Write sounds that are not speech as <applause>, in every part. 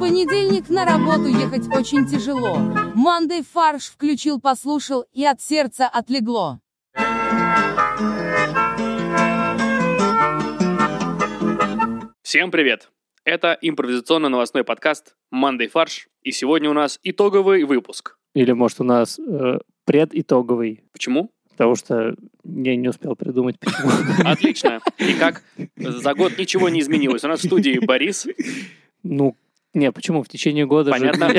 понедельник на работу ехать очень тяжело. Мандей фарш включил, послушал, и от сердца отлегло. Всем привет! Это импровизационно-новостной подкаст «Мандай фарш», и сегодня у нас итоговый выпуск. Или, может, у нас э, предитоговый, Почему? потому что я не успел придумать, почему. <laughs> Отлично. И как за год ничего не изменилось. У нас в студии Борис, Ну, не, почему? В течение года же- понятно.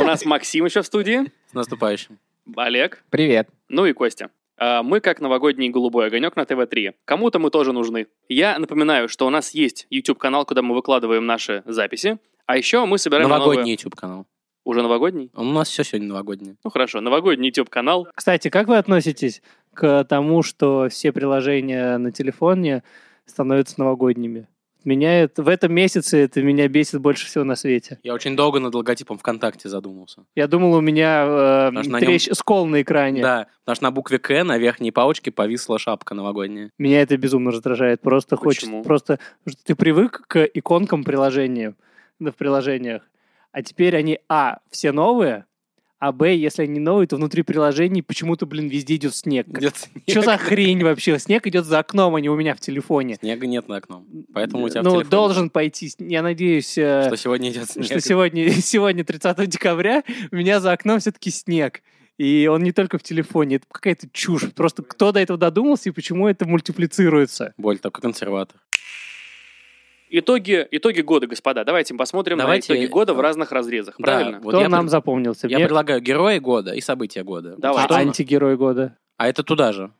У нас Максим еще в студии, С наступающим. Олег, Привет. ну и Костя. А Мы как новогодний голубой огонек на ТВ-3. Кому-то мы тоже нужны. Я напоминаю, что у нас есть YouTube-канал, куда мы выкладываем наши записи. А еще мы собираем на новое- Новогодний YouTube канал. Уже новогодний? У нас все сегодня новогоднее. Ну хорошо, новогодний YouTube-канал. <laughs> Кстати, как вы относитесь к тому, что все приложения на телефоне становятся новогодними? Меня это, в этом месяце это меня бесит больше всего на свете. Я очень долго над логотипом ВКонтакте задумался. Я думал, у меня э, Потому что на трещ- скол на экране. Да, потому что на букве К на верхней палочке повисла шапка новогодняя. Меня это безумно раздражает. Просто Почему? хочется, просто потому что ты привык к иконкам приложения, ну, в приложениях, а теперь они а все новые, а б если они новые, то внутри приложений почему-то блин везде идет снег. Нет, Что за хрень вообще? Снег идет за окном, а не у меня в телефоне. Снега нет на окном. Поэтому у тебя в ну телефоне- должен пойти. сн- Я надеюсь, э, Что сегодня идет снег. что сегодня <laughs> сегодня 30 декабря у меня за окном все-таки снег. И он не только в телефоне, это какая-то чушь. Просто кто до этого додумался и почему это мультиплицируется? Боль только консерватор. Итоги, итоги года, господа. Давайте посмотрим Давайте- на итоги года в разных разрезах. Да, Правильно? вот Кто я нам пред- запомнился? Я Мне- предлагаю герои года и события года. Давай. Что А у нас? антигерой года. А это туда же.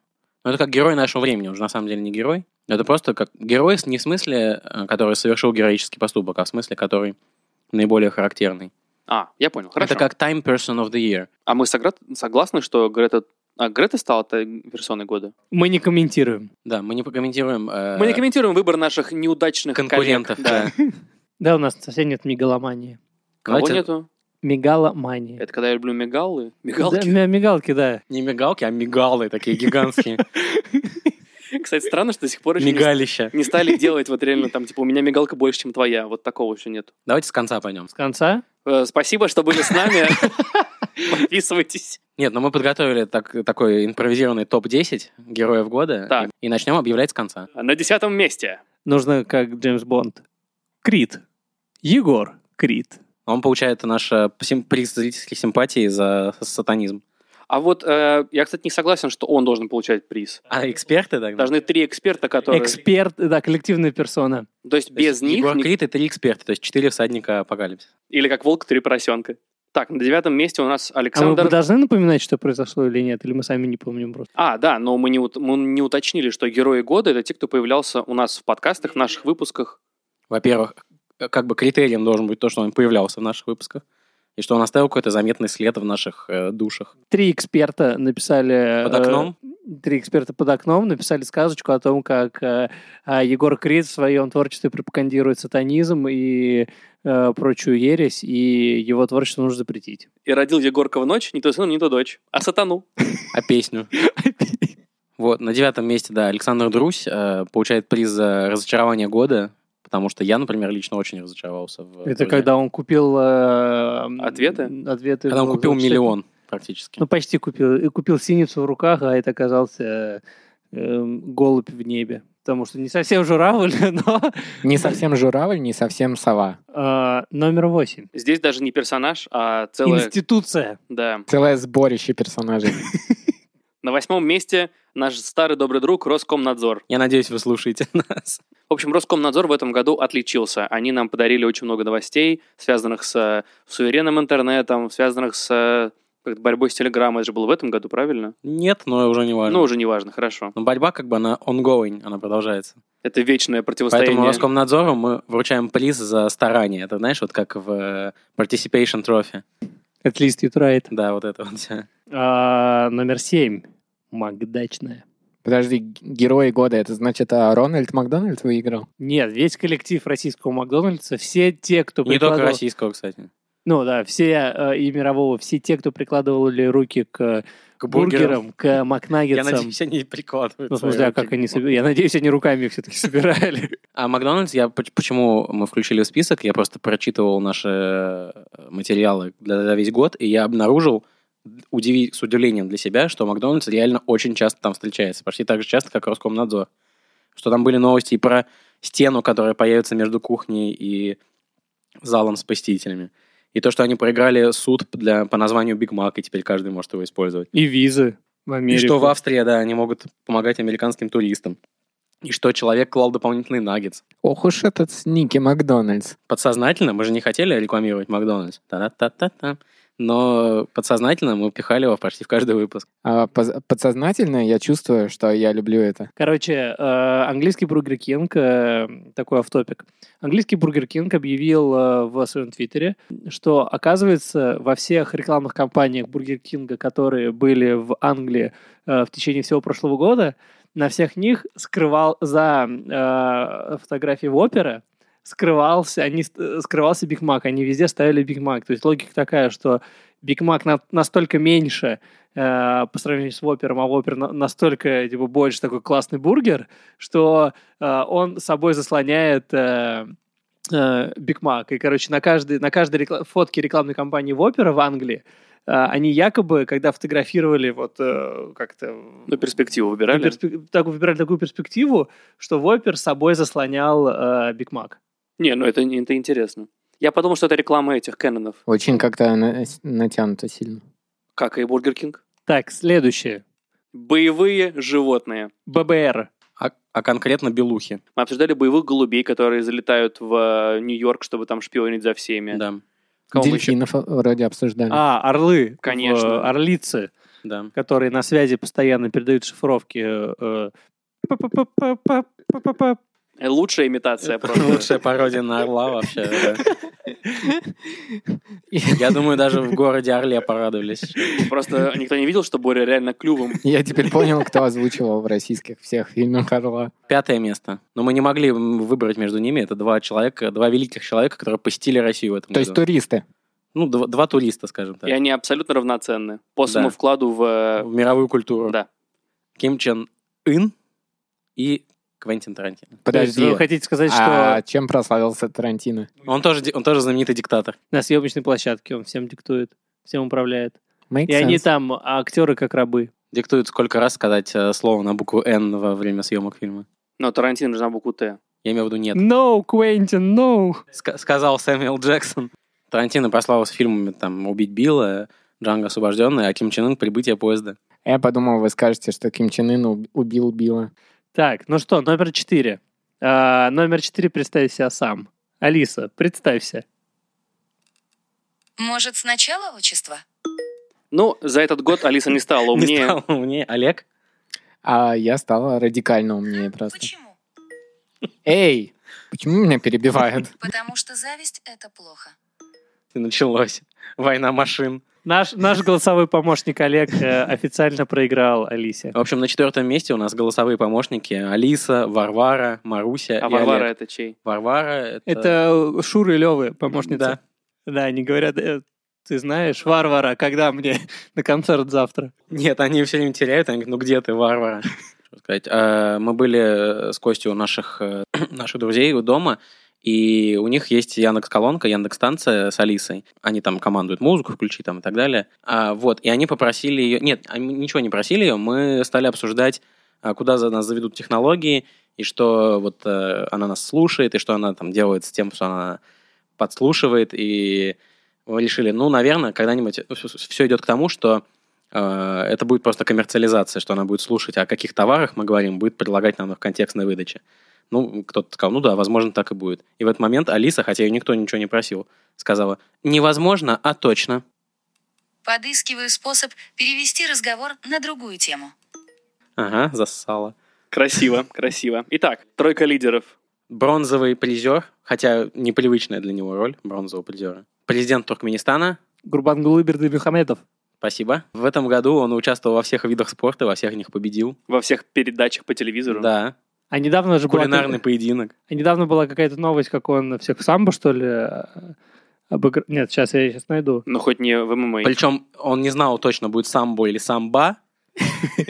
Ну, это как герой нашего времени, он же на самом деле не герой. Это просто как герой с- не в смысле, э, который совершил героический поступок, а в смысле, который наиболее характерный. А, я понял. Хорошо. Это как Time Person of the Year. А мы согра- согласны, что Грета... А Грета стала та- персоной года? Мы не комментируем. Да, мы не прокомментируем э, Мы не комментируем выбор наших неудачных конкурентов. коллег. Да. да. Да, у нас совсем нет мегаломании. Кого Давайте- нету? Мегаломания. Это когда я люблю мигалы. Да, Мигалки. мя- мигалки, да. Не мигалки, а мигалы <laughs> такие гигантские. Кстати, странно, что до сих пор еще не, Мигалища. не стали делать вот реально там, типа, у меня мигалка больше, чем твоя. Вот такого еще нет. Давайте с конца пойдем. С конца. Э, спасибо, что были с <laughs> нами. Подписывайтесь. Нет, но мы подготовили так, такой импровизированный топ-10 героев года. Так. И, и начнем объявлять с конца. На десятом месте. Нужно как Джеймс Бонд. Крит. Егор Крит. А Он получает наш э, сим- приз зрительской симпатии за с- сатанизм. А вот э, я, кстати, не согласен, что он должен получать приз. А эксперты тогда? Должны три эксперта, которые... Эксперт, да, коллективная персона. То есть То есть без них... Егор ни- Крид и три эксперта, то есть четыре всадника апокалипсиса. Или как волк, три поросенка. Так, на девятом месте у нас А мы Александр... бы должны напоминать, что произошло или нет, или мы сами не помним просто. А, да, но мы не, ут- мы не уточнили, что герои года — это те, кто появлялся у нас в подкастах, в наших выпусках. Во-первых, э, как бы критерием должен быть то, что он появлялся в наших выпусках, и что он оставил какой-то заметный след в наших э, душах. Три эксперта написали... Под э, окном три эксперта под окном написали сказочку о том, как э, а, Егор Крид в своем творчестве пропагандирует сатанизм и э, прочую ересь, и его творчество нужно запретить. И родил Егорка в ночь, не то сын, не то дочь, а сатану. А песню. <laughs> Вот, на девятом месте, да, Александр Друсь э, получает приз за разочарование года, потому что я, например, лично очень разочаровался. В, Это «Друзьях». когда он купил... э, м, Ответы? Ответы. Когда он ну, купил значит, миллион практически. Ну, почти купил. И купил синицу в руках, а это оказался э, эм, голубь в небе. Потому что не совсем журавль, <laughs> но Не совсем журавль, не совсем сова. э, номер восемь. Здесь даже не персонаж, а целое... Институция. Да. Целое сборище персонажей. На восьмом месте наш старый добрый друг Роскомнадзор. Я надеюсь, вы слушаете <laughs> нас. В общем, Роскомнадзор в этом году отличился. Они нам подарили очень много новостей, связанных с э, суверенным интернетом, связанных с э, как-то борьбой с Телеграмом. Это же было в этом году, правильно? Нет, но уже не важно. Ну, уже неважно, хорошо. но борьба как бы она ongoing, она продолжается. Это вечное противостояние. Поэтому Роскомнадзору мы вручаем приз за старание. Это, знаешь, вот как в э, Participation Trophy. At least you tried. Да, вот это вот всё. А, номер семь. Макдачная. Подожди, г- герои года, это значит, а, Рональд Макдональд выиграл? Нет, весь коллектив российского Макдональдса, все те, кто Не только прикладывал- российского, кстати. Ну да, все э, и мирового, все те, кто прикладывали руки к э, К бургерам, к Я макнаггетсам. надеюсь, типа они прикладывают. Ну, в свои смысле, а руки как к они собирали? Я надеюсь, они руками все-таки <laughs> собирали. А Макдональдс, я поч- почему мы включили в список, я просто прочитывал наши э, материалы для, за весь год, и я обнаружил удиви- с удивлением для себя, что Макдональдс реально очень часто там встречается, почти так же часто, как Роскомнадзор. Что там были новости и про стену, которая появится между кухней и залом с посетителями. И то, что они проиграли суд для, по названию Биг Мак, и теперь каждый может его использовать. И визы в Америку. И что в Австрии, да, они могут помогать американским туристам. И что человек клал дополнительный наггетс. Ох уж этот Ники Макдональдс. Подсознательно, мы же не хотели рекламировать Макдональдс. Та-та-та-та. Но подсознательно мы пихали его почти в каждый выпуск. А поз- подсознательно я чувствую, что я люблю это. Короче, э, английский Бургер Кинг, э, такой автопик, английский Бургер Кинг объявил э, в своем твиттере, что, оказывается, во всех рекламных кампаниях Бургер Кинга, которые были в Англии э, в течение всего прошлого года, на всех них скрывал за э, фотографией Вопера скрывался, они, ст- э, скрывался Биг Мак, они везде ставили Биг Мак. То есть логика такая, что Биг Мак на- настолько меньше, э, по сравнению с Вопером, а Вопер на- настолько типа, больше такой классный бургер, что э, он собой заслоняет э, э, Биг Мак. И, короче, на каждой, на каждой рекла- фотке рекламной кампании Вопера в Англии э, они якобы, когда фотографировали вот э, как-то... Ну, перспективу выбирали. перспе- так, выбирали такую перспективу, что Вопер собой заслонял э, Биг Мак. Не, ну это, это интересно. Я подумал, что это реклама этих Кэнонов, Очень как-то на- натянуто сильно. как и Бургер Кинг. Так, следующее. Боевые животные. ББР. А, а конкретно белухи. Мы обсуждали боевых голубей, которые залетают в э, Нью-Йорк, чтобы там шпионить за всеми. Да, Кого мы еще- Дельфинов вроде обсуждали. А, орлы. Конечно. В- Орлицы. да. которые на связи постоянно передают шифровки. э, э, па-па-па-па-па-па-па-па. Э, Лучшая имитация просто. Лучшая пародия на орла вообще. Я думаю, даже в городе Орле порадовались. Просто никто не видел, что Боря реально клювом. Я теперь понял, кто озвучивал в российских всех фильмах Орла. Пятое место. Но мы не могли м, выбрать между ними. Это два человека, два великих человека, которые посетили Россию в этом То есть году. туристы. Ну, два, два туриста, скажем так. И они абсолютно равноценны. По Да. своему вкладу в... э, в мировую культуру. Да. Ким Чен Ын и Квентин Тарантино. То есть Подожди. Вы хотите сказать, А что чем прославился Тарантино? Он тоже, ди- он тоже знаменитый диктатор. на съемочной площадке он всем диктует, всем управляет. Make И они sense. там а актеры как рабы. Диктует, сколько раз сказать э, слово на букву «Н» во время съемок фильма. Но Тарантино же на букву «Т». Я имею в виду «нет». No, Квентин, no. Ска- сказал Сэмюэл Джексон. Тарантино прославился фильмами там «Убить Билла», «Джанго освобожденный», а Ким Чен Ын «Прибытие поезда». Я подумал, вы скажете, что Ким Чен Ын уб- убил Билла. Так, ну что, номер четыре. А, номер четыре представь себя сам. Алиса, представься. Может, сначала отчество? Ну, за этот год Алиса не стала Не умнее. стал умнее. Олег? А я стала радикально умнее просто. Почему? Эй! Почему <laughs> меня перебивают? Потому что зависть — это плохо. И началось. Война машин. Наш, наш голосовой помощник Олег э, официально проиграл Алисе. В общем, на четвертом месте у нас голосовые помощники Алиса, Варвара, Маруся А и Варвара Олег. это чей? Варвара это... Это Шуры Левы, помощница. Да. Да, они говорят, «Э, ты знаешь, Варвара, когда мне на концерт завтра? Нет, они все время теряют, они говорят, ну где ты, Варвара? Что сказать? Э, Мы были с Костей у наших, э, <clears throat> наших друзей у дома, и у них есть Яндекс-колонка, Яндекс-станция с Алисой. Они там командуют музыку, включи там и так далее. А, вот, и они попросили ее... Нет, они ничего не просили ее, мы стали обсуждать, а, куда за нас заведут технологии, и что вот э, она нас слушает, и что она там делает с тем, что она подслушивает, и мы решили, ну, наверное, когда-нибудь все идет к тому, что Э, это будет просто коммерциализация, что она будет слушать, о каких товарах мы говорим, будет предлагать нам их в контекстной выдаче. Ну, кто-то сказал, ну да, возможно, так и будет. И в этот момент Алиса, хотя ее никто ничего не просил, сказала, невозможно, а точно. Подыскиваю способ перевести разговор на другую тему. Ага, зассала. Красиво, красиво. Итак, тройка лидеров. Бронзовый призер, хотя непривычная для него роль бронзового призера. Президент Туркменистана, Гурбангулы Бердымухамедов. спасибо. В этом году он участвовал во всех видах спорта, во всех них победил. Во всех передачах по телевизору. Да, А недавно же была, кулинарный поединок. а недавно была какая-то новость, как он всех в самбо, что ли, э, обыгр- Нет, сейчас я сейчас найду. Но Ну, хоть не в ММА. Причем он не знал точно, будет самбо или самба,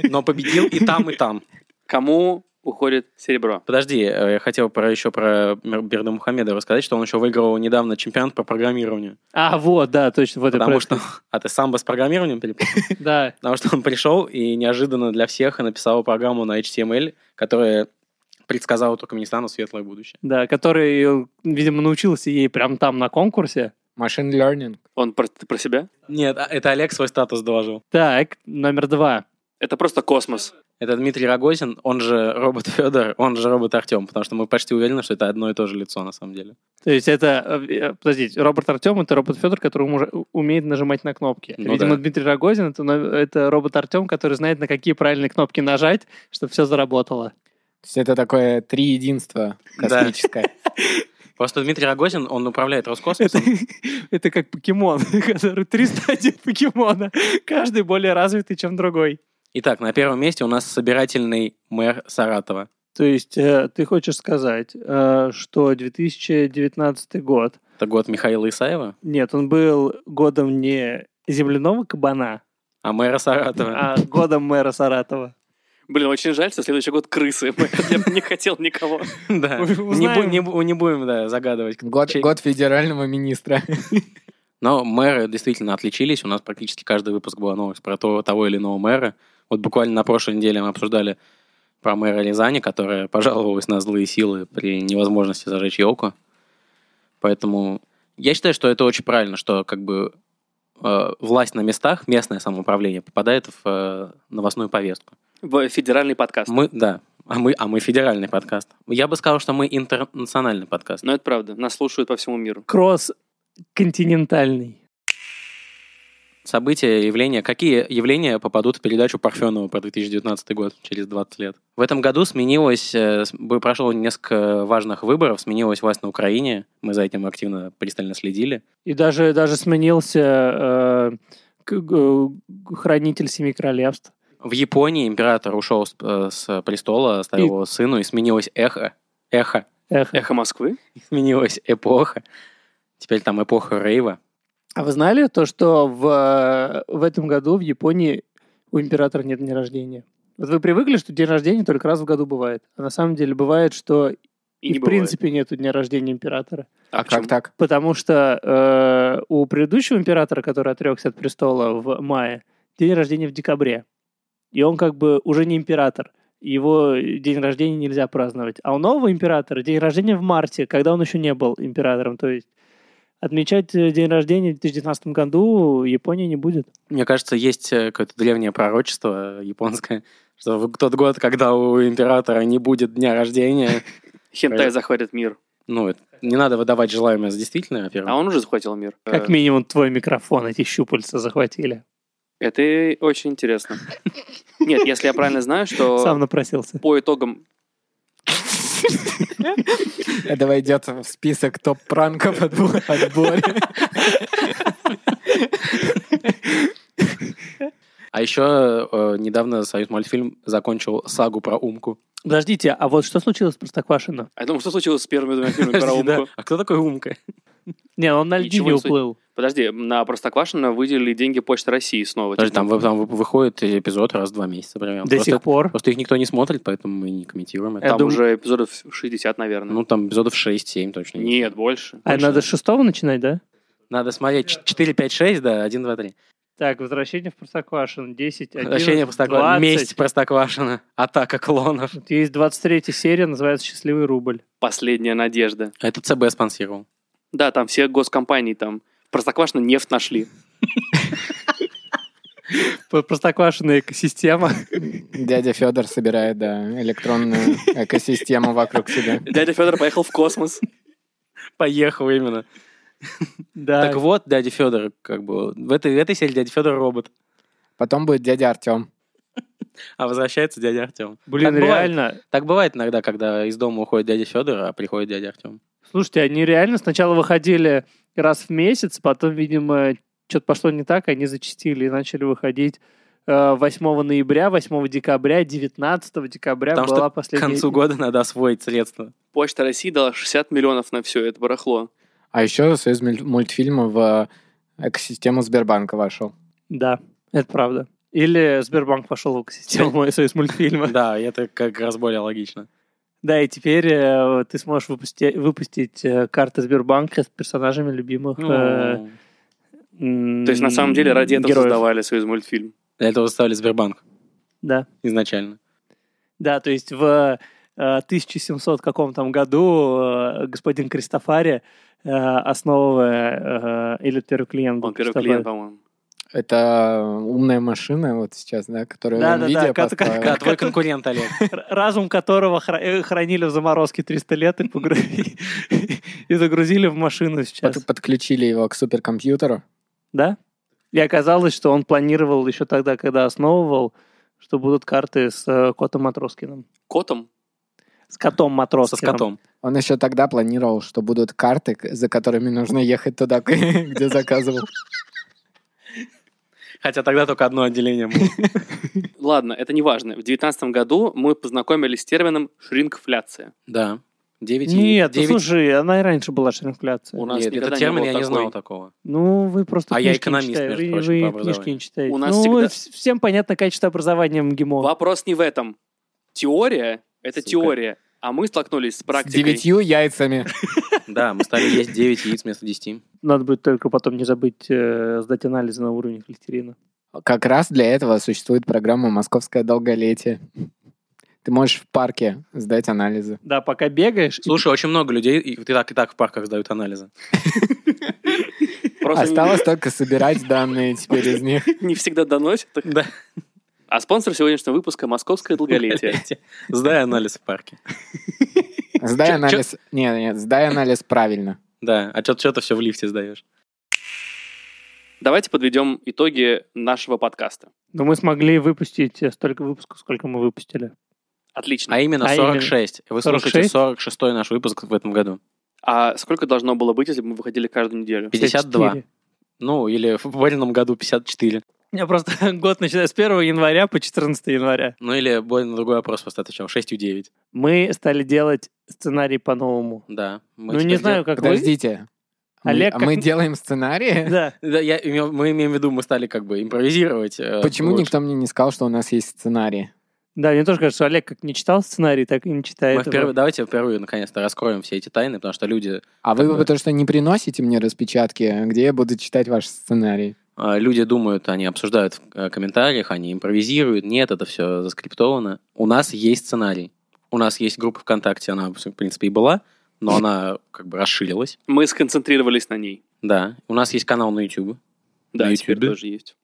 но победил и там, и там. Кому уходит серебро? Подожди, э, я хотел про, еще про Мир- Берда Мухаммеда рассказать, что он еще выиграл недавно чемпионат по программированию. А, вот, да, точно. Вот я Потому про- что... А ты самбо с программированием перепутал? Да. Потому что он пришел и неожиданно для всех написал программу на HTML, которая предсказала Туркменистану светлое будущее. Да, который, э, видимо, научился ей прям там на конкурсе. Машин learning. Он про, ты про себя? Нет, а- это Олег свой статус доложил. Так, номер два. Это просто космос. Это Дмитрий Рогозин, он же робот Федор, он же робот Артем, потому что мы почти уверены, что это одно и то же лицо на самом деле. То есть это, э, э, подождите, робот Артем это робот Федор, который уже умеет нажимать на кнопки. Ну Видимо, да. Дмитрий Рогозин это, но- это робот Артем, который знает, на какие правильные кнопки нажать, чтобы все заработало. То есть это такое три единства Да. космическое. Просто Дмитрий Рогозин, он управляет Роскосмосом. Это <laughs> как покемон, <laughs> который три стадии покемона, каждый более развитый, чем другой. Итак, на первом месте у нас собирательный мэр Саратова. То есть э, ты хочешь сказать, э, что 2019 год, Это год Михаила Исаева, нет, он был годом не земляного кабана, а мэра Саратова. <laughs> а годом мэра Саратова. Блин, очень жаль, что следующий год крысы. <laughs> Я бы не хотел никого. <laughs> Да. Не бу- Узнаем. Не бу- не будем да, загадывать. Год, Чей- год федерального министра. Но мэры действительно отличились. У нас практически каждый выпуск была новость про то- того или иного мэра. Вот буквально на прошлой неделе мы обсуждали про мэра Рязани, которая пожаловалась на злые силы при невозможности зажечь елку. Поэтому я считаю, что это очень правильно, что как бы э, власть на местах, местное самоуправление попадает в э, новостную повестку. В федеральный подкаст. Мы, да, а мы, а мы федеральный подкаст. Я бы сказал, что мы интернациональный подкаст. Но это правда. Нас слушают по всему миру. Кросс континентальный. события, явления. Какие явления попадут в передачу Парфенова про 2019 год через 20 лет? В этом году сменилось, э, с- бы- прошло несколько важных выборов, сменилась власть на Украине. Мы за этим активно, пристально следили. И даже, даже сменился э, к- г- хранитель семи королевств. В Японии император ушел с, э, с престола, оставил И- его сыну, и сменилось эхо. Эхо. <laughs> Эх. Эхо Москвы. Сменилась эпоха. Теперь там эпоха рейва. А вы знали то, что в, в этом году в Японии у императора нет дня рождения? Вот вы привыкли, что день рождения только раз в году бывает. А на самом деле бывает, что И и, не в бывает. принципе нету дня рождения императора. А Как почему? так? Потому что э, у предыдущего императора, который отрекся от престола в мае, день рождения в декабре. И он как бы уже не император. Его день рождения нельзя праздновать. А у нового императора день рождения в марте, когда он еще не был императором. То есть отмечать э, день рождения в 2019 году Япония не будет. Мне кажется, есть э, какое-то древнее пророчество э, японское, что в тот год, когда у императора не будет дня рождения, Хентай Правильно. захватит мир. Ну, это- не надо выдавать желаемое за действительное, во-первых. А он уже захватил мир. Как Э, минимум твой микрофон эти щупальца захватили. Это и очень интересно. <laughs> Нет, если я правильно знаю, Сам что напросился. по итогам... Это войдет в список топ-пранков от Бо- от Бори. А еще э, недавно Союз мультфильм закончил сагу про Умку. Подождите, а вот что случилось с Простоквашино? А Я думаю, что случилось с первыми двумя фильмами про Подожди, да. Умку? А кто такой Умка? Не, он на Ничего Льдине не суть. уплыл. Подожди, на Простоквашино выделили деньги Почты России снова. Подожди, Типа, там, вы- там вы- выходит эпизод раз в два месяца примерно. До просто, сих пор. просто их никто не смотрит, поэтому мы не комментируем это. я Там думаю- уже эпизодов 60, наверное. Ну, там эпизодов 6-7 точно. есть. Нет, больше. А Больше. надо с шестого начинать, да? Надо смотреть 4, 5, 6, да, 1, 2, 3. Так, возвращение в Простоквашино. 10, 11, Возвращение Простоквашино. 20. Месть Простоквашина. Атака клонов. Вот есть 23 серия, называется «Счастливый рубль». Последняя надежда. А Это ЦБ спонсировал. Да, там все госкомпании там. Простоквашино нефть нашли. П- Простоквашино <laughs> экосистема. Дядя Федор собирает, да, электронную экосистему вокруг себя. Дядя Федор поехал в космос. Поехал именно. Да. Так вот, дядя Федор, как бы, в этой, в этой серии дядя Федор робот, Потом будет дядя Артем. а возвращается дядя Артем. Блин, так бывает. реально. Так бывает иногда, когда из дома уходит дядя Федор, а приходит дядя Артем. Слушайте, они реально сначала выходили раз в месяц, потом, видимо, что-то пошло не так, они зачистили и начали выходить э, 8 ноября, 8 декабря, 19 декабря Потому что была К последняя... концу года надо освоить средства. Почта России дала 60 миллионов на все это барахло. А еще союз муль- мультфильма в э, экосистему Сбербанка вошел. Да, это правда. Или Сбербанк пошел в экосистему <laughs> «Мой союз мультфильма». Да, это как раз более логично. Да, и теперь э, ты сможешь выпусти- выпустить э, карты Сбербанка с персонажами любимых... э, Ну, м, То есть, на самом деле, ради этого героев. создавали союз мультфильм. Для этого ставили Сбербанк Да. изначально. Да, то есть в э, 1700 каком там году э, господин Кристофари, э, основывая, э, или первый клиент был Он первый Кристофари. клиент, по-моему. Это умная машина вот сейчас, да, которую Да-да-да, Nvidia кат- кат- поставила. Да, кат- твой конкурент, Олег. Р- разум которого хра- э, хранили в заморозке 300 лет и, погру- <laughs> и загрузили в машину сейчас. Под- подключили его к суперкомпьютеру. Да? И оказалось, что он планировал еще тогда, когда основывал, что будут карты с э, котом Матроскиным. Котом? С котом Со Матроскиным. скотом. Он еще тогда планировал, что будут карты, к- за которыми нужно ехать туда, <laughs> где заказывал. Хотя тогда только одно отделение было. Ладно, это не важно. В девятнадцатом году мы познакомились с термином шрингфляция. Да. 9 Нет, ну, слушай, она и раньше была шрингфляция. У нас Нет, никогда это не термин, было я не такой. знал такого. Ну, вы просто А я книжки экономист, не читаете. между Вы- прочим, вы по образованию. книжки не читаете. У нас ну, всегда- это вс- всем понятно качество образования МГИМО. Вопрос не в этом. Теория — это Сука. теория. А мы столкнулись с С практикой. девятью яйцами. Да, мы стали есть 9 яиц вместо 10. Надо будет только потом не забыть э, сдать анализы на уровне холестерина. Как раз для этого существует программа «Московское долголетие». Ты можешь в парке сдать анализы. Да, пока бегаешь... и- Слушай, очень много людей и так и так в парках сдают анализы. <laughs> Просто Осталось только собирать данные теперь из <laughs> них. не, не всегда доносят. их. Да. А спонсор сегодняшнего выпуска — Московское долголетие. Сдай анализ в парке. Сдай Чё- анализ... Нет, нет, сдай анализ правильно. Да, а что ты все в лифте сдаешь? Давайте подведем итоги нашего подкаста. Но мы смогли выпустить э, столько выпусков, сколько мы выпустили. Отлично. А именно А 46. Вы слушаете 46? 46-й наш выпуск в этом году. А сколько должно было быть, если бы мы выходили каждую неделю? 52. 54. Ну, или в Борином году 54. У меня просто <laughs> год начинается с 1 января по 14 января. Ну, или Борин на другой вопрос просто отвечал. 6-9. Мы стали делать сценарий по-новому. Да. мы ну, теперь не знаю, как вы. Подождите. Мы- Олег, а как- мы делаем сценарии? Да. дел- Да, я имел- мы имеем в виду, мы стали как бы импровизировать. э, Почему лучше. никто мне не сказал, что у нас есть сценарии? Да, мне тоже кажется, что Олег как не читал сценарий, так и не читает Мы его. впервые- давайте впервые наконец-то раскроем все эти тайны, потому что люди, А вы Такое. потому что не приносите мне распечатки, где я буду читать ваш сценарий. э, люди думают, они обсуждают в э, комментариях, они импровизируют. Нет, это все заскриптовано. У нас есть сценарий. У нас есть группа ВКонтакте, она, в принципе, и была, но она как бы расширилась. Мы сконцентрировались на ней. Да. У нас есть канал на YouTube. Да, На теперь Ютубе? тоже есть.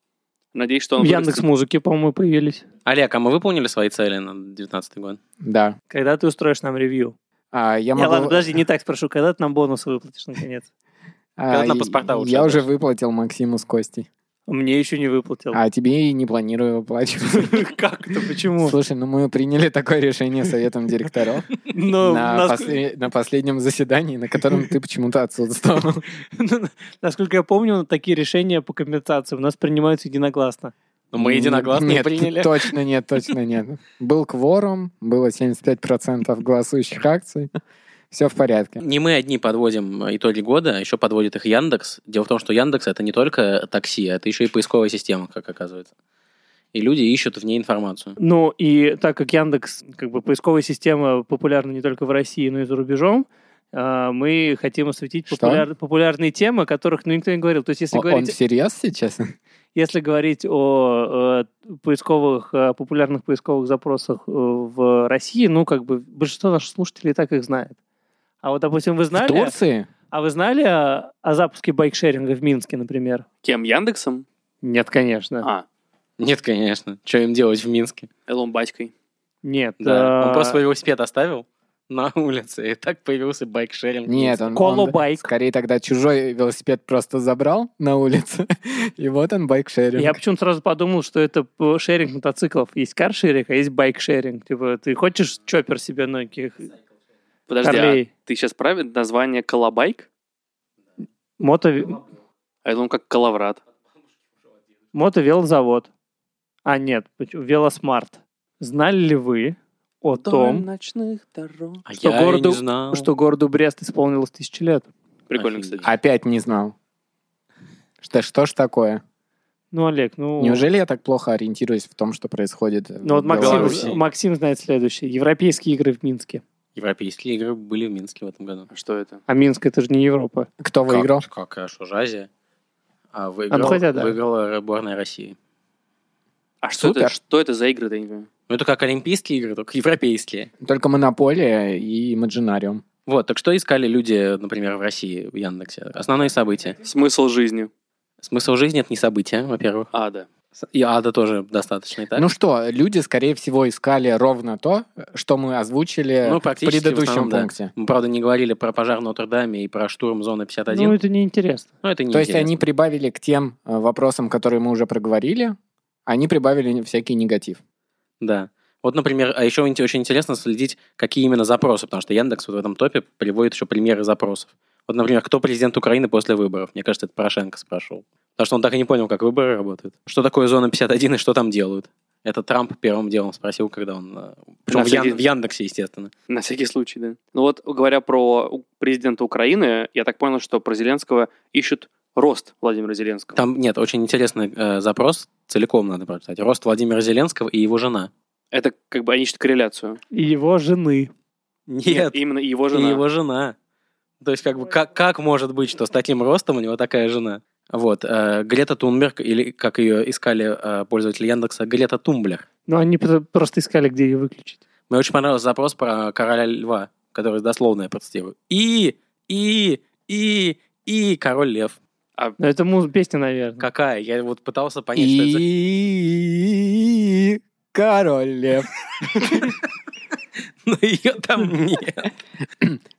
Надеюсь, что В он Яндекс вырастет. музыки, по-моему, появились. Олег, а мы выполнили свои цели на 2019 год? Да. Когда ты устроишь нам ревью? А, я Я, могу... ладно, подожди, не так спрошу. Когда ты нам бонусы выплатишь, наконец? а, Когда на и- паспорта лучше Я уже отдашь? выплатил Максиму с Костей. <laughs> Мне еще не выплатил. А тебе и не <laughs> планирую выплачивать. Как это? Почему? Слушай, ну мы приняли такое решение <laughs> советом директоров Но Ну, на нас- после- на последнем заседании, на котором ты почему-то отсутствовал. <laughs> Насколько я помню, такие решения по компенсации у нас принимаются единогласно. <laughs> Ну, мы единогласно Нет, приняли. точно нет, точно нет. <laughs> Был кворум, было 75% голосующих акций. Все в порядке. Не мы одни подводим итоги года, еще подводит их Яндекс. Дело в том, что Яндекс это не только такси, а это еще и поисковая система, как оказывается. И люди ищут в ней информацию. Ну и так как Яндекс, как бы поисковая система популярна не только в России, но и за рубежом, а, мы хотим осветить Что? популяр- популярные темы, о которых ну, никто не говорил. То есть если О- Он говорить всерьез сейчас? Если говорить о э, поисковых, э, популярных поисковых запросах э, в России, ну, как бы большинство наших слушателей и так их знает. А вот, допустим, вы В знали, Турции? а вы знали о, о запуске байкшеринга в Минске, например? Кем? Яндексом? Нет, конечно. А, Нет, конечно. Что им делать в Минске? Элон Батькой. Нет. Да. э, Он просто свой велосипед оставил на улице, и так появился байкшеринг. Нет, он, он Колобайк. скорее тогда чужой велосипед просто забрал на улице, <laughs> и вот он байкшеринг. Я почему-то сразу подумал, что это э, шеринг мотоциклов. Есть каршеринг, а есть байкшеринг. Типа, ты хочешь чоппер себе на каких? Подожди, а Карлей. ты сейчас правильно название Колобайк? Мото... А я думал, как Коловрат. Мотовелзавод. А нет, поч- велосмарт. Знали ли вы о том, ночных дорог. А Что я и городу- не знал. что городу Брест исполнилось тысячи лет? прикольно, Офигеть. кстати. Опять не знал. Что, что ж такое? Ну, Олег, ну... Неужели я так плохо ориентируюсь в том, что происходит Ну, вот в Беларуси. Максим, Максим знает следующее. Европейские игры в Минске. Европейские игры были в Минске в этом году. Что это? А Минск — это же не Европа. Кто выиграл? Как, как, а что же Азия? А выиграл, хотя да. выиграла сборная России. А что это, Супер. что это за игры, я не понимаю. Ну, это как олимпийские игры, только европейские. Только Монополия и Имаджинариум. Вот, так что искали люди, например, в России, в Яндексе? Основные события. Смысл жизни. Смысл жизни — это не события, во-первых. А, да. С- И ада тоже достаточно, и так? Ну что, люди, скорее всего, искали ровно то, что мы озвучили Ну, в практически в э, предыдущем основном, да. пункте. Мы, правда, не говорили про пожар в Нотр-Даме и про штурм зоны 51. Ну, Ну, это неинтересно. это не То есть они прибавили к тем э, вопросам, которые мы уже проговорили, они прибавили всякий негатив. Да. Вот, например, а еще инте- очень интересно следить, какие именно запросы, потому что Яндекс вот в этом топе приводит еще примеры запросов. Вот, например, кто президент Украины после выборов? Мне кажется, это Порошенко спрашивал. Потому что он так и не понял, как выборы работают. Что такое зона 51 и что там делают? Это Трамп первым делом спросил, когда он... э, Причем в, Ян- всякий- в Яндексе, естественно. На всякий случай, да. Ну вот, говоря про у- президента Украины, я так понял, что про Зеленского ищут рост Владимира Зеленского. Там, нет, очень интересный э, запрос, целиком надо прочитать. Рост Владимира Зеленского и его жена. Это как бы они ищут корреляцию. И его жены. Нет, Именно его И жена. его жена. То есть, как бы, как, как может быть, что с таким ростом у него такая жена? Вот, э, Грета Тунберг, или как ее искали э, пользователи Яндекса, Грета Тумблер. Но Ну, они про- просто искали, где ее выключить. Мне очень понравился запрос про короля льва, который дословно я процитирую. И, и, и, и король лев. А Но это муз- песня, наверное. Какая? Я вот пытался понять, что это за... <laughs> И король лев. Но ее <laughs> там нет.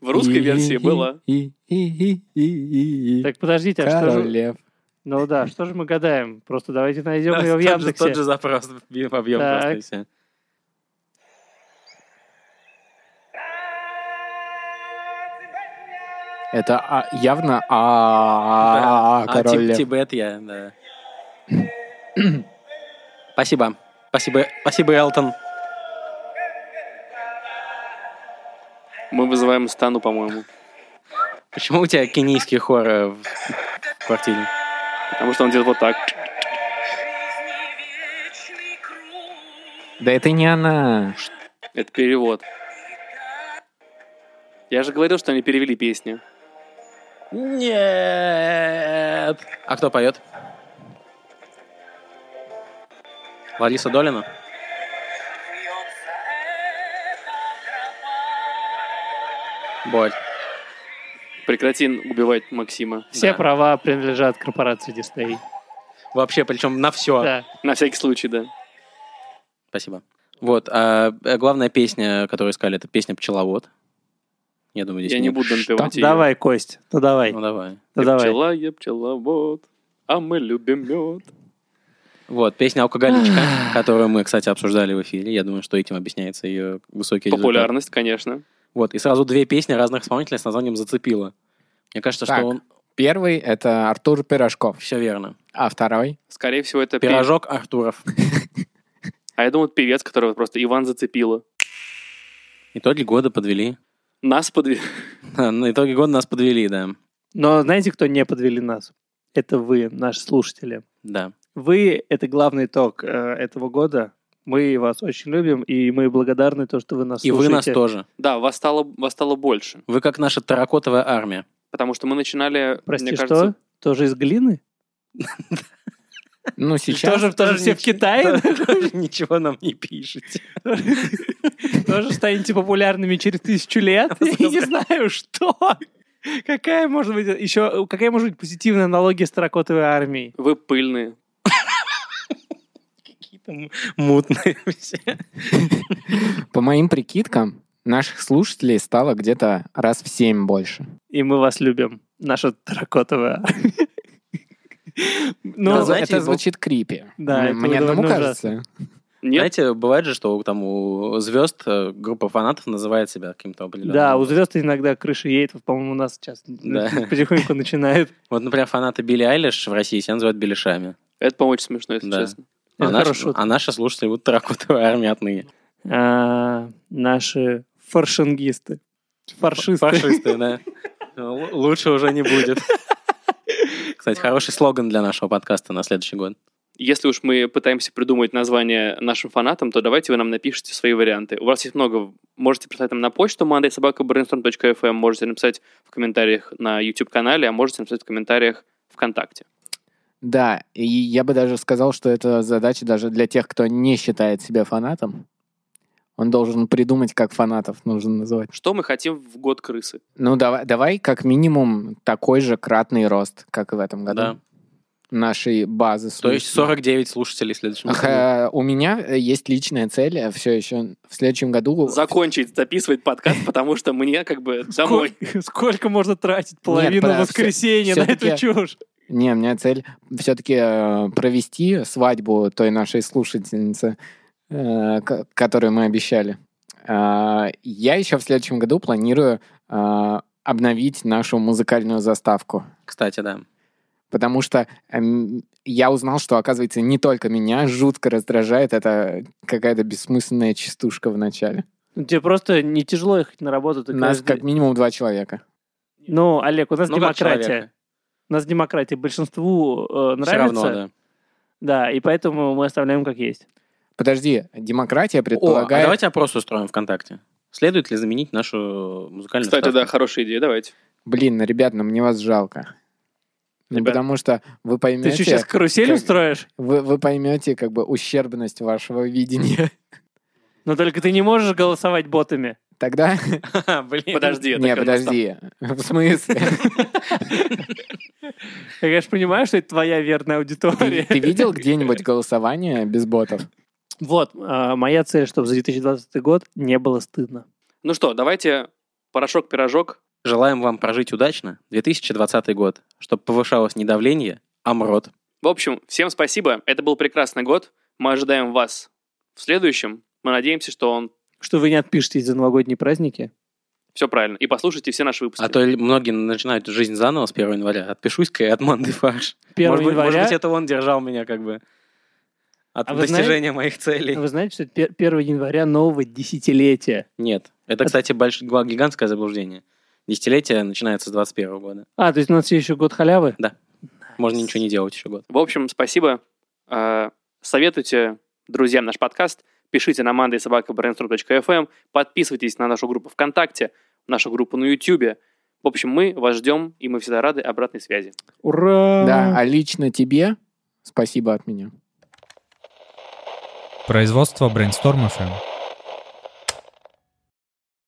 В русской версии было. И- и- и- и- и- Так подождите, а что Король же... лев. Ну да, что же мы гадаем? Просто давайте найдем Да, ее в тот, же, Яндексе. тот же запрос в объем Так. просто и всё. Это а, явно Да. а А, король Тиб- лев. Тибет я, да. Спасибо. Спасибо, спасибо, Элтон. Мы вызываем Стану, по-моему. Почему у тебя кенийский хор э, в в квартире? Потому что он делает вот так. Да это не она. Это перевод. Я же говорил, что они перевели песни. Нет. А кто поет? Лариса Долина? Боль. Прекрати убивать Максима. Все Да. права принадлежат корпорации Дисней. Вообще, причем на все. Да. На всякий случай, да. Спасибо. Вот, а э, главная песня, которую искали, это песня «Пчеловод». Я думаю, здесь Я не нет. буду напевать ее. Давай, Кость, ну давай. Ну, Ну, давай. Я давай. пчела, я пчеловод, а мы любим мед. Вот, песня «Алкоголичка», которую мы, кстати, обсуждали в эфире. Я думаю, что этим объясняется ее высокий результат. Популярность, конечно. Вот, и сразу две песни разных исполнителей с названием «Зацепило». Мне кажется, Так. что он... Первый это Артур Пирожков, Все верно. а второй Скорее всего, это пе- Пирожок Артуров. А я думал, это певец, которого просто Иван зацепило. Итоги года подвели. <laughs> Нас подвели. На итоги года нас подвели, да. Но знаете, кто не подвели нас? Это вы, наши слушатели. Да. Вы — это главный итог э, этого года. Мы вас очень любим, и мы благодарны то, что вы нас И вы нас слушаете. тоже. <laughs> Да, вас стало, вас стало больше. Вы как наша таракотовая армия. Потому что мы начинали, Прости, мне что? кажется... Тоже из глины? Ну, сейчас... тоже тоже все в Китае? <laughs> Тоже Ничего нам не пишете. Тоже станете популярными через тысячу <laughs> лет? Я не знаю, что. Какая может быть еще какая может быть позитивная аналогия с таракотовой армией? Вы пыльные. Какие-то м- мутные <laughs> все. По моим прикидкам, наших слушателей стало где-то раз в семь больше. И мы вас любим, наша таракотовая армия. это, Ну, знаете, это бо- звучит крипи. Да, М- это ну, Мне одному довольно кажется. Нет, Знаете, бывает же, что у- там у звезд э, группа фанатов называет себя каким-то определенным. да, у образом. звезд иногда крыша едет, вот, по-моему, у нас сейчас Да. потихоньку начинает. Вот, например, фанаты Билли Айлиш в России себя называют Белишами. это, по-моему, очень смешно, если Да. честно. <laughs> А, Это наши- хорошо. а наши слушатели будут таракотовой армии отныне. А, Наши фаршингисты. Фаршисты. Фашисты, да. Л- Лучше уже не будет. Кстати, хороший слоган для нашего подкаста на следующий год. Если уж мы пытаемся придумать название нашим фанатам, то давайте вы нам напишите свои варианты. У вас есть много. Можете прислать нам на почту mondaysobakabrainstorm.fm, можете написать в комментариях на YouTube-канале, а можете написать в комментариях ВКонтакте. Да, и я бы даже сказал, что это задача даже для тех, кто не считает себя фанатом. Он должен придумать, как фанатов нужно называть. Что мы хотим в год крысы? Ну, давай, давай как минимум такой же кратный рост, как и в этом году. Да. Нашей базы. То есть слушателей. 49 слушателей в следующем Ах, году. э, у меня э, есть личная цель все еще в следующем году. Закончить записывать подкаст, <laughs> потому что мне как бы домой. Сколько, сколько можно тратить половину Нет, про- воскресенья всё- на эту всё-таки- чушь? Не, у меня цель все-таки провести свадьбу той нашей слушательницы, э, к- которую мы обещали. А, Я еще в следующем году планирую а, обновить нашу музыкальную заставку. Кстати, да. Потому что эм, я узнал, что, оказывается, не только меня жутко раздражает эта какая-то бессмысленная частушка в начале. Ну, Тебе просто не тяжело ехать на работу. ты Нас каждый- как минимум два человека. Ну, Олег, у нас Ну, как демократия. человека. У нас демократия. Большинству э, нравится. Все равно, да. а Да, и поэтому мы оставляем как есть. Подожди, демократия О, а предполагает... давайте опрос устроим ВКонтакте. Следует ли заменить нашу музыкальную Кстати, да, вставку? хорошая идея, давайте. Блин, ребят, ну мне вас жалко. Ну, Ребят. потому что вы Ты поймете... что, сейчас карусель как- устроишь? Вы, вы поймете как бы ущербность вашего видения. Но только ты не можешь голосовать ботами. Тогда... <laughs> Блин. Подожди. так Не, у нас там- подожди. В смысле? Я, конечно, понимаю, что это твоя верная <laughs> Ты аудитория. ты видел где-нибудь голосование без ботов? Вот, а, моя цель, чтобы за 2020 год не было стыдно. Ну что, давайте порошок-пирожок. Желаем вам прожить удачно 2020 год, чтобы повышалось не давление, а мрот. В общем, всем спасибо. Это был прекрасный год. Мы ожидаем вас в следующем. Мы надеемся, что он Что вы не отпишетесь за новогодние праздники? все правильно. И послушайте все наши выпуски. А то ли- многие начинают жизнь заново с 1 января. Отпишусь-ка и от Манды Фарш. 1 может, быть- января... может быть, это он держал меня как бы от А вы А достижения моих целей. Вы знаете, что это пе- 1 января нового десятилетия? Нет. А Это, кстати, больш... гла- гигантское заблуждение. Десятилетие начинается с 21 года. А, то есть у нас есть еще год халявы? Можно ничего не делать еще год. В общем, спасибо. Э, Советуйте друзьям наш подкаст. Пишите на mandysobakabrainstorm.fm. эм. Подписывайтесь на нашу группу ВКонтакте, нашу группу на Ютубе. В общем, мы вас ждем, и мы всегда рады обратной связи. Ура! Да, а лично тебе спасибо от меня. Производство Brainstorm FM.